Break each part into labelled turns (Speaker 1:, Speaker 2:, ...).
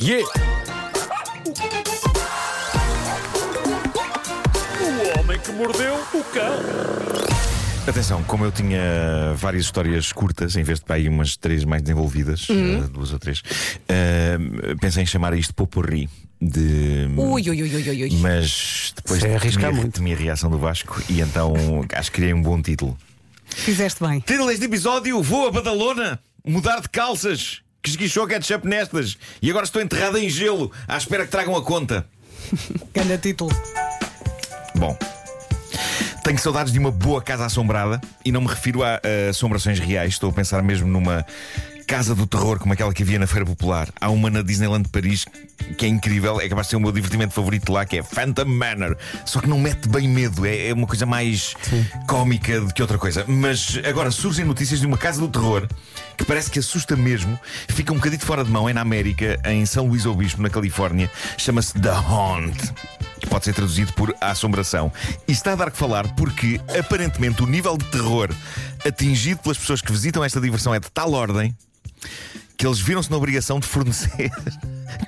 Speaker 1: Yeah! O homem que mordeu o cão.
Speaker 2: Atenção, como eu tinha várias histórias curtas, em vez de para aí umas três mais desenvolvidas,
Speaker 3: Uhum.
Speaker 2: eh, duas ou três, eh, pensei em chamar isto Poporri. De...
Speaker 3: Ui, ui, ui, ui, ui, ui.
Speaker 2: Mas depois
Speaker 1: Isso é arriscar
Speaker 2: temi-
Speaker 1: muito.
Speaker 2: temi a reação do Vasco e então acho que criei um bom título.
Speaker 3: Fizeste bem.
Speaker 2: Título deste episódio: Vou a Badalona mudar de calças. Que esguichou ketchup nestas. E agora estou enterrado em gelo, à espera que tragam a conta.
Speaker 3: Ganda título.
Speaker 2: Bom, tenho saudades de uma boa casa assombrada e não me refiro a eh, assombrações reais, estou a pensar mesmo numa casa do terror como aquela que havia na Feira Popular. Há uma na Disneyland de Paris que é incrível, é capaz de ser o meu divertimento favorito lá, que é Phantom Manor. Só que não mete bem medo, é, é uma coisa mais cómica do que outra coisa. Mas agora surgem notícias de uma casa do terror que parece que assusta mesmo, fica um bocadito fora de mão, é na América, em São Luís Obispo, na Califórnia, chama-se The Haunt que pode ser traduzido por a assombração. E está a dar que falar porque, aparentemente, o nível de terror atingido pelas pessoas que visitam esta diversão é de tal ordem que eles viram-se na obrigação de fornecer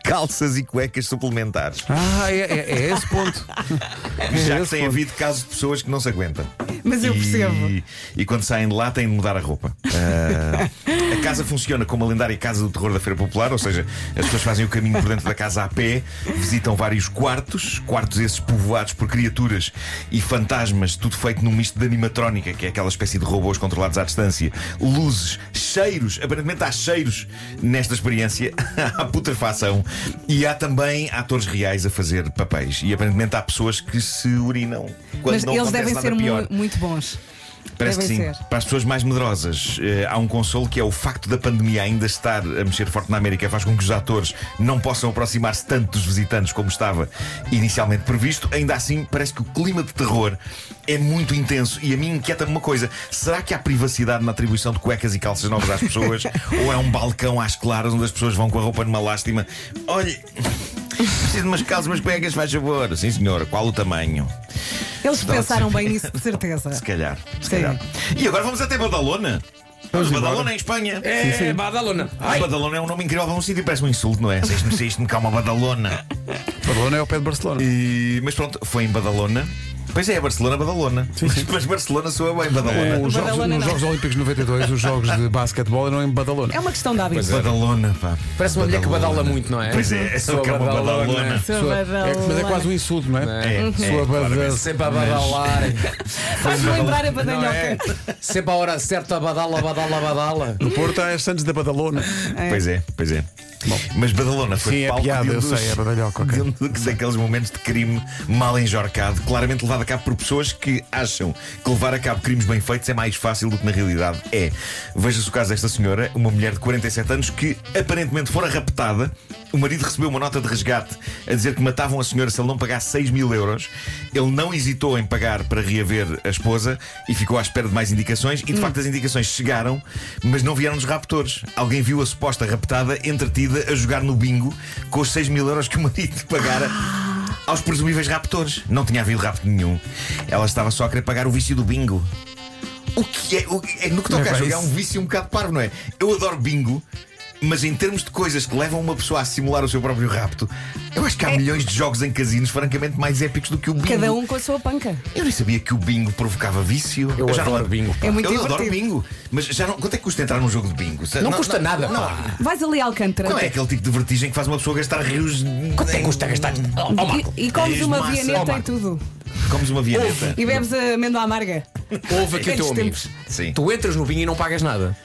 Speaker 2: calças e cuecas suplementares.
Speaker 1: Ah, é, é- é esse ponto.
Speaker 2: Já que
Speaker 1: esse
Speaker 2: tem
Speaker 1: ponto.
Speaker 2: havido casos de pessoas que não se aguentam.
Speaker 3: Mas eu
Speaker 2: E-
Speaker 3: percebo.
Speaker 2: E, quando saem de lá têm de mudar a roupa. Ah, a casa funciona como a lendária Casa do Terror da Feira Popular, ou seja, as pessoas fazem o caminho por dentro da casa a pé, visitam vários quartos, quartos esses povoados por criaturas e fantasmas, tudo feito num misto de animatrónica, que é aquela espécie de robôs controlados à distância, luzes, cheiros, aparentemente há cheiros nesta experiência, há putrefação e há também atores reais a fazer papéis. E aparentemente há pessoas que se urinam quando
Speaker 3: Mas
Speaker 2: não
Speaker 3: eles
Speaker 2: acontece
Speaker 3: devem
Speaker 2: nada
Speaker 3: ser mu-
Speaker 2: pior.
Speaker 3: muito bons.
Speaker 2: Parece que sim.
Speaker 3: Devem ser.
Speaker 2: Para as pessoas mais medrosas, eh, há um consolo que é o facto da pandemia ainda estar a mexer forte na América faz com que os atores não possam aproximar-se tanto dos visitantes como estava inicialmente previsto. Ainda assim, parece que o clima de terror é muito intenso e a mim inquieta-me uma coisa: será que há privacidade na atribuição de cuecas e calças novas às pessoas? ou é um balcão às claras onde as pessoas vão com a roupa numa lástima? Olha, preciso de umas calças, umas cuecas, faz favor. Sim, senhor, qual o tamanho?
Speaker 3: Eles
Speaker 2: Dá-se.
Speaker 3: pensaram bem nisso, de certeza.
Speaker 2: Se calhar, se
Speaker 3: Sim.
Speaker 2: calhar. E agora vamos até Badalona. Vamos
Speaker 1: embora.
Speaker 2: Badalona em Espanha.
Speaker 1: É, Badalona.
Speaker 2: Ai, Badalona é um nome incrível para um sítio, parece um insulto, não é? Se isto me, se isto me calma Badalona.
Speaker 1: Badalona é ao pé de Barcelona.
Speaker 2: E- mas pronto, foi em Badalona. Pois é, Barcelona, Badalona. Mas, mas Barcelona soa bem, Badalona.
Speaker 1: Os jogos,
Speaker 3: Badalona
Speaker 1: nos
Speaker 3: não.
Speaker 1: Jogos Olímpicos de 92, os jogos de basquetebol eram em Badalona.
Speaker 3: É uma questão de hábito.
Speaker 2: Pois é. Badalona, pá.
Speaker 4: Parece uma mulher que badala muito, não é?
Speaker 2: Pois é, é só
Speaker 4: Sua
Speaker 2: que é uma
Speaker 4: badalona.
Speaker 2: Badalona.
Speaker 3: Sua
Speaker 1: Sua- é,
Speaker 3: badalona.
Speaker 1: mas é quase um insulto, não é?
Speaker 2: É, é,
Speaker 1: Sua
Speaker 2: claramente.
Speaker 1: badalona.
Speaker 4: Sempre a badalar.
Speaker 3: Faz-me lembrar a
Speaker 4: não
Speaker 3: badalhoca.
Speaker 4: é? Sempre à hora certa, badala, badala, badala.
Speaker 1: No Porto há as Santos da Badalona.
Speaker 2: Pois é, pois é. Mas Badalona foi
Speaker 1: Sim, é
Speaker 2: palco
Speaker 1: piada,
Speaker 2: de um
Speaker 1: eu
Speaker 2: dos-
Speaker 1: sei, é badalhoca, ok.
Speaker 2: de um dos- daqueles momentos de crime mal enjorcado, claramente levado a cabo por pessoas que acham que levar a cabo crimes bem feitos é mais fácil do que na realidade é. Veja-se o caso desta senhora, uma mulher de 47 anos que aparentemente fora raptada. O marido recebeu uma nota de resgate a dizer que matavam a senhora se ele não pagasse 6 mil euros. Ele não hesitou em pagar para reaver a esposa e ficou à espera de mais indicações.
Speaker 1: Hum.
Speaker 2: E de facto as indicações chegaram, mas não vieram dos raptores. Alguém viu a suposta raptada entretida a jogar no bingo com os 6 mil euros que o marido pagara aos presumíveis raptores. Não tinha havido rapto nenhum. Ela estava só a querer pagar o vício do bingo. O que é, o que é- no que toca
Speaker 1: É,
Speaker 2: a
Speaker 1: pá,
Speaker 2: jogar, é
Speaker 1: isso-
Speaker 2: um vício um bocado parvo, não é? Eu adoro bingo. Mas em termos de coisas que levam uma pessoa a simular o seu próprio rapto, eu acho que há milhões de jogos em casinos francamente mais épicos do que o bingo.
Speaker 3: É. Cada um com a sua panca.
Speaker 2: Eu nem sabia que o bingo provocava vício.
Speaker 4: Eu
Speaker 2: já
Speaker 4: adoro
Speaker 2: não...
Speaker 4: bingo, pá.
Speaker 3: É muito
Speaker 2: eu adoro
Speaker 3: divertido.
Speaker 2: bingo. Mas já não... quanto é que custa entrar num jogo de bingo?
Speaker 4: Não, custa nada, pá.
Speaker 3: Vais ali a Alcântara.
Speaker 2: Não é aquele tipo de vertigem que faz uma pessoa gastar rios.
Speaker 4: Quanto é que custa gastar? Oh, oh, Marco,
Speaker 3: um- E, e comes
Speaker 2: Desde
Speaker 3: uma
Speaker 2: massa.
Speaker 4: Oh,
Speaker 3: vianeta e
Speaker 4: Marco.
Speaker 3: tudo.
Speaker 2: Comes uma vianeta.
Speaker 3: E bebes a amêndoa amarga.
Speaker 4: ouve aqui o teu
Speaker 3: Aqueles
Speaker 4: amigo.
Speaker 3: tempos.
Speaker 2: Sim.
Speaker 4: Tu entras no vinho e não pagas nada.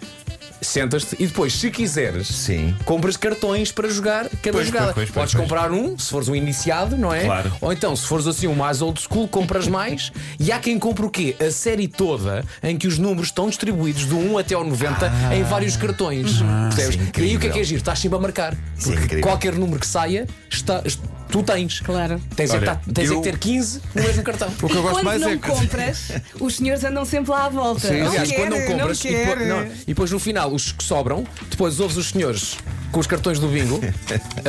Speaker 4: Sentas-te e depois, se quiseres,
Speaker 2: Sim.
Speaker 4: compras cartões para jogar cada
Speaker 2: Pois,
Speaker 4: jogada.
Speaker 2: pois, pois,
Speaker 4: Podes
Speaker 2: pois.
Speaker 4: comprar um, se fores um iniciado, não é?
Speaker 2: Claro.
Speaker 4: Ou então, se fores assim um mais old school, compras mais. e há quem compre o quê? A série toda em que os números estão distribuídos do 1 até ao 90 em vários cartões. Percebes?
Speaker 2: Isso é
Speaker 4: e aí o que é
Speaker 2: Ah. incrível.
Speaker 4: que é giro? Estás sempre a marcar.
Speaker 2: Isso é
Speaker 4: Porque
Speaker 2: incrível.
Speaker 4: qualquer número que saia, está- tu tens.
Speaker 3: Claro.
Speaker 4: Tens, é que
Speaker 2: Olha,
Speaker 4: tá- tens é
Speaker 2: eu-
Speaker 4: que ter 15 no mesmo cartão.
Speaker 1: O que eu
Speaker 3: e
Speaker 1: gosto
Speaker 3: quando
Speaker 1: mais
Speaker 3: não
Speaker 1: é que.
Speaker 3: compras, os senhores andam sempre lá à volta.
Speaker 1: Sim,
Speaker 3: não
Speaker 4: Aliás,
Speaker 3: quero,
Speaker 4: quando não compras
Speaker 3: não
Speaker 4: e,
Speaker 3: quero.
Speaker 4: depois, não, e depois no final os que sobram, depois ouves os senhores com os cartões do bingo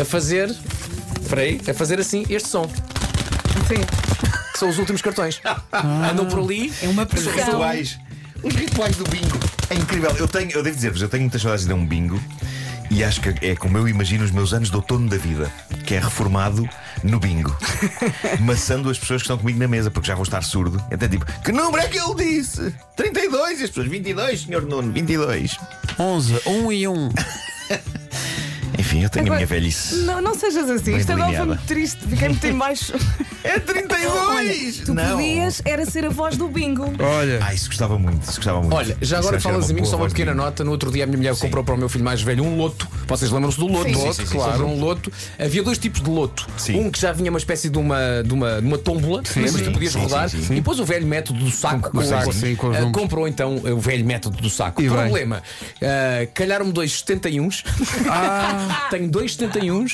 Speaker 4: a fazer. Peraí, a fazer assim este som, que
Speaker 3: Sim.
Speaker 4: são os últimos cartões. Andam por ali.
Speaker 3: É uma
Speaker 2: Os
Speaker 3: pressão.
Speaker 2: rituais. Os rituais do bingo. É incrível. Eu tenho, eu devo dizer-vos, eu tenho muitas saudades de um bingo. E e acho que é como eu imagino os meus anos de outono da vida, que é reformado no bingo, maçando as pessoas que estão comigo na mesa, porque já vou estar surdo. Até tipo, que número é que ele disse? 32, e as pessoas, 22, senhor Nuno, 22.
Speaker 1: 11, 1 e 1.
Speaker 2: Enfim, eu tenho
Speaker 3: Agora-
Speaker 2: a minha velhice.
Speaker 3: Não, não sejas assim.
Speaker 2: Bem
Speaker 3: Isto agora foi
Speaker 2: delineada.
Speaker 3: muito triste. Fiquei muito em baixo.
Speaker 2: É 32!
Speaker 3: Olha, tu
Speaker 2: não.
Speaker 3: podias era ser a voz do bingo.
Speaker 1: Olha.
Speaker 2: Ah, isso gostava muito, isso gostava muito.
Speaker 4: Olha, já
Speaker 2: Isso
Speaker 4: agora
Speaker 2: acho que era
Speaker 4: falas em mim,
Speaker 2: boa
Speaker 4: só uma
Speaker 2: voz de
Speaker 4: pequena
Speaker 2: bingo.
Speaker 4: nota. No outro dia a minha mulher comprou para o meu filho mais velho um loto. Vocês lembram-se do loto?
Speaker 3: Sim.
Speaker 4: Loto,
Speaker 2: Sim, sim, sim,
Speaker 4: claro, um loto. Havia dois tipos de loto.
Speaker 2: Sim.
Speaker 4: Um que já vinha uma espécie de uma, de uma, de uma tómbola, lembras? Tu
Speaker 2: sim,
Speaker 4: podias
Speaker 2: sim,
Speaker 4: rodar.
Speaker 2: sim, sim.
Speaker 4: E depois o velho método do saco.
Speaker 1: Com- com
Speaker 4: o saco.
Speaker 1: sim, com os
Speaker 4: Ah,
Speaker 1: números.
Speaker 4: comprou então o velho método do saco.
Speaker 1: E bem.
Speaker 4: Problema: ah, calharam-me dois 71 Tenho dois 71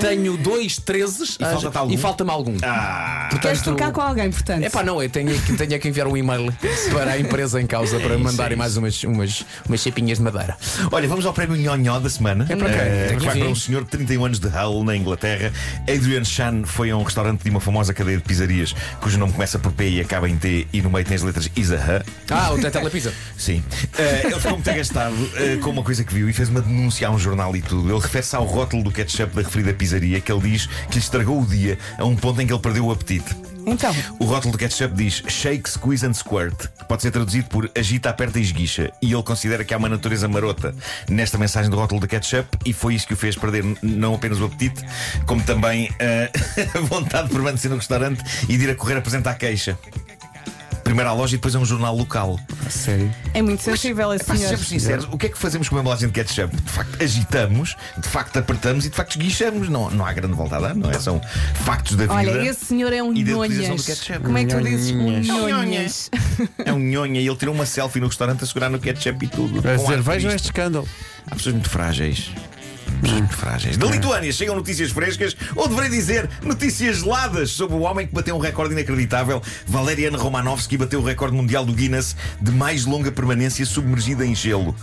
Speaker 4: tenho dois 13
Speaker 2: Ah. E falta-te algum?
Speaker 4: e falta-me algum.
Speaker 2: Ah,
Speaker 3: Queres
Speaker 4: Portanto,
Speaker 3: trocar com alguém, portanto.
Speaker 4: é pá, não, eu tenho, que- tenho é que enviar um e-mail para a empresa em causa para
Speaker 2: isso,
Speaker 4: mandarem
Speaker 2: é isso.
Speaker 4: mais umas, umas, umas chapinhas de madeira.
Speaker 2: Olha, vamos ao prémio Nhonhó da semana.
Speaker 4: É para quem?
Speaker 2: Eh,
Speaker 4: Tem
Speaker 2: que
Speaker 4: que
Speaker 2: vai
Speaker 4: vir.
Speaker 2: para um senhor de 31 anos de Hull, na Inglaterra. Adrian Chan foi a um restaurante de uma famosa cadeia de pizzarias cujo nome começa por P e acaba em T e no meio tem as letras Isaha.
Speaker 4: Ah, o Tetela Pisa.
Speaker 2: Sim. Eh, ele ficou muito agastado eh, com uma coisa que viu e fez uma denúncia a um jornal e tudo. Ele refere-se ao rótulo do ketchup da referida pizzaria que ele diz que lhe estragou o dia a um ponto em que ele perdeu o apetite.
Speaker 3: Então,
Speaker 2: O rótulo do ketchup diz Shake, Squeeze and Squirt, que pode ser traduzido por agita, aperta e esguicha. E ele considera que há uma natureza marota nesta mensagem do rótulo do ketchup e foi isso que o fez perder n- não apenas o apetite, como também eh, a vontade de permanecer no restaurante e de ir a correr apresentar queixa. Primeiro à loja e depois a um jornal local.
Speaker 1: Sério?
Speaker 3: é muito sensível esse
Speaker 2: Pá,
Speaker 3: senhor.
Speaker 2: sejamos sinceros, o que é que fazemos com uma embalagem de ketchup? De facto, agitamos, de facto, apertamos e de facto esguichamos. Não, não há grande volta a dar, não é? São factos da vida.
Speaker 3: Olha, esse senhor é um
Speaker 2: e da utilização do
Speaker 3: nhonhas.
Speaker 2: ketchup.
Speaker 3: Como é que tu dizes? Um
Speaker 2: É um
Speaker 3: nhonhas.
Speaker 2: É um nhonha e ele tirou uma selfie no restaurante a segurar no ketchup e tudo.
Speaker 1: A
Speaker 2: Com
Speaker 1: dizer,
Speaker 2: ar
Speaker 1: vejam
Speaker 2: triste.
Speaker 1: este escândalo.
Speaker 2: Há pessoas muito frágeis. Pessoas muito frágeis. É. Da Lituânia chegam notícias frescas, ou deverei dizer, notícias geladas sobre o homem que bateu um recorde inacreditável. Valerian Romanovski bateu o recorde mundial do Guinness de mais longa permanência submergida em gelo.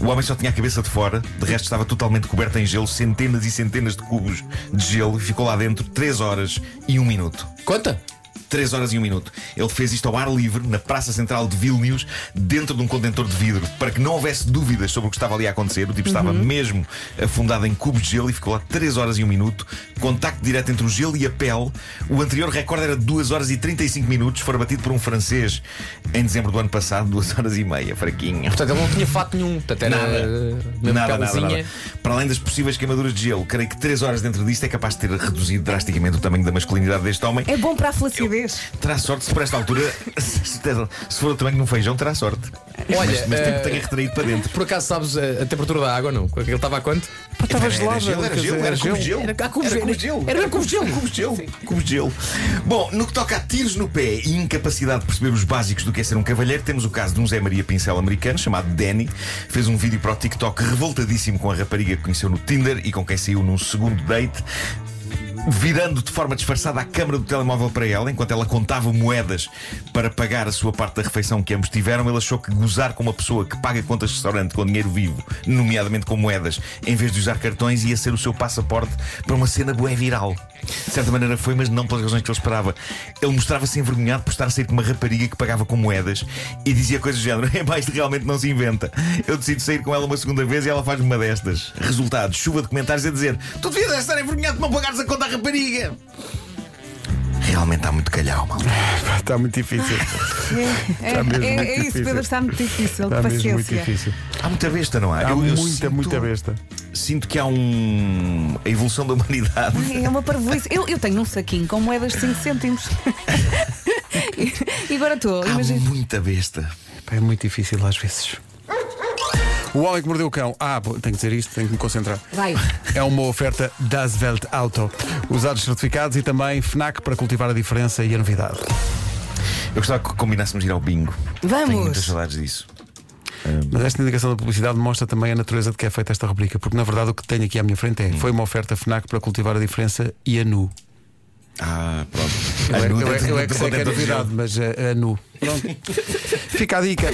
Speaker 2: O homem só tinha a cabeça de fora, de resto estava totalmente coberto em gelo, centenas e centenas de cubos de gelo, e ficou lá dentro 3 horas e 1 minuto.
Speaker 4: Conta.
Speaker 2: 3 horas e 1 minuto. Ele fez isto ao ar livre, na Praça Central de Vilnius, dentro de um contentor de vidro, para que não houvesse dúvidas sobre o que estava ali a acontecer. O tipo estava mesmo afundado em cubos de gelo e ficou lá 3 horas e 1 minuto. Contacto direto entre o gelo e a pele. O anterior recorde era de 2 horas e 35 minutos. Fora batido por um francês em dezembro do ano passado, 2 horas e meia, fraquinho.
Speaker 4: Portanto, ele não tinha fato nenhum. Portanto, era eh,
Speaker 2: Nada.
Speaker 4: mesmo
Speaker 2: Nada, nada,
Speaker 4: pelezinha.
Speaker 2: nada. Para além das possíveis queimaduras de gelo, creio que 3 horas dentro disto é capaz de ter reduzido drasticamente o tamanho da masculinidade deste homem.
Speaker 3: É bom para a flacidez.
Speaker 2: Terá sorte se por esta altura, se der- se for o tamanho de um feijão, terá sorte.
Speaker 4: Olha,
Speaker 2: mas, mas tem que
Speaker 4: eh,
Speaker 2: tenha retraído para dentro.
Speaker 4: Por acaso sabes eh, a, a temperatura da água, não? Ele estava a quanto?
Speaker 1: Pá, Estava
Speaker 2: Era- era
Speaker 1: gelado.
Speaker 2: gelo, era
Speaker 1: quer
Speaker 2: gelo,
Speaker 1: dizer,
Speaker 2: era cubo de gelo.
Speaker 4: Era cá cubos
Speaker 2: Era
Speaker 4: de-
Speaker 2: cubos de gelo.
Speaker 4: era
Speaker 2: Era
Speaker 4: cubos de gelo.
Speaker 2: Cubos de gelo. Cubos de gelo. Bom, no que toca a tiros no pé e incapacidade de perceber os básicos do que é ser um cavalheiro, temos o caso de um Zé Maria Pincel americano chamado Danny. Fez um vídeo para o TikTok revoltadíssimo com a rapariga que conheceu no Tinder e com quem saiu num segundo date. Virando de forma disfarçada a câmara do telemóvel para ela, enquanto ela contava moedas para pagar a sua parte da refeição que ambos tiveram, ele achou que gozar com uma pessoa que paga contas de restaurante com dinheiro vivo, nomeadamente com moedas, em vez de usar cartões, ia ser o seu passaporte para uma cena bué viral. De certa maneira foi, mas não pelas razões que ele esperava. Ele mostrava-se envergonhado por estar a sair com uma rapariga que pagava com moedas e dizia coisas do género: é mais, realmente não se inventa. Eu decido sair com ela uma segunda vez e ela faz uma destas. Resultado: chuva de comentários a dizer: tu devias estar envergonhado de não pagares a conta à rapariga. Realmente há muito calhau, mal.
Speaker 1: Pá, Está muito difícil.
Speaker 3: É,
Speaker 1: Está mesmo
Speaker 3: é-
Speaker 1: muito
Speaker 3: é isso,
Speaker 1: difícil.
Speaker 3: Pedro, está muito
Speaker 1: Está
Speaker 3: difícil.
Speaker 1: mesmo muito
Speaker 3: Paciência.
Speaker 1: difícil.
Speaker 2: Há muita besta, não há?
Speaker 1: Há
Speaker 2: Eu- eu
Speaker 1: muita,
Speaker 2: sinto-
Speaker 1: muita besta.
Speaker 2: Sinto que há um. a evolução da humanidade.
Speaker 3: Ai, É uma parvoíce. Eu, eu tenho um saquinho com moedas de 5 cêntimos. E- e agora estou,
Speaker 2: Há
Speaker 3: imagina.
Speaker 2: muita besta.
Speaker 1: Pá, É muito difícil às vezes. O Homem que Mordeu o Cão. Ah, pô, tenho que dizer isto, tenho que me concentrar.
Speaker 3: Vai.
Speaker 1: É uma oferta das Welt Auto. Usados certificados e também FNAC para cultivar a diferença e a novidade.
Speaker 2: Eu gostava que combinássemos ir ao bingo.
Speaker 3: Vamos.
Speaker 2: Tenho muitas saudades disso.
Speaker 1: Mas esta indicação da publicidade mostra também a natureza de que é feita esta rubrica, porque na verdade o que tenho aqui à minha frente é
Speaker 2: Hum.
Speaker 1: foi uma oferta FNAC para cultivar a diferença e a nu.
Speaker 2: Ah, pronto.
Speaker 1: Eu,
Speaker 2: Ah,
Speaker 1: é-
Speaker 2: não,
Speaker 1: eu é-
Speaker 2: dentro
Speaker 1: eu
Speaker 2: do
Speaker 1: é que sei que é
Speaker 2: contentor de gel.
Speaker 1: novidade, mas eh, a nu. Pronto. Fica a dica.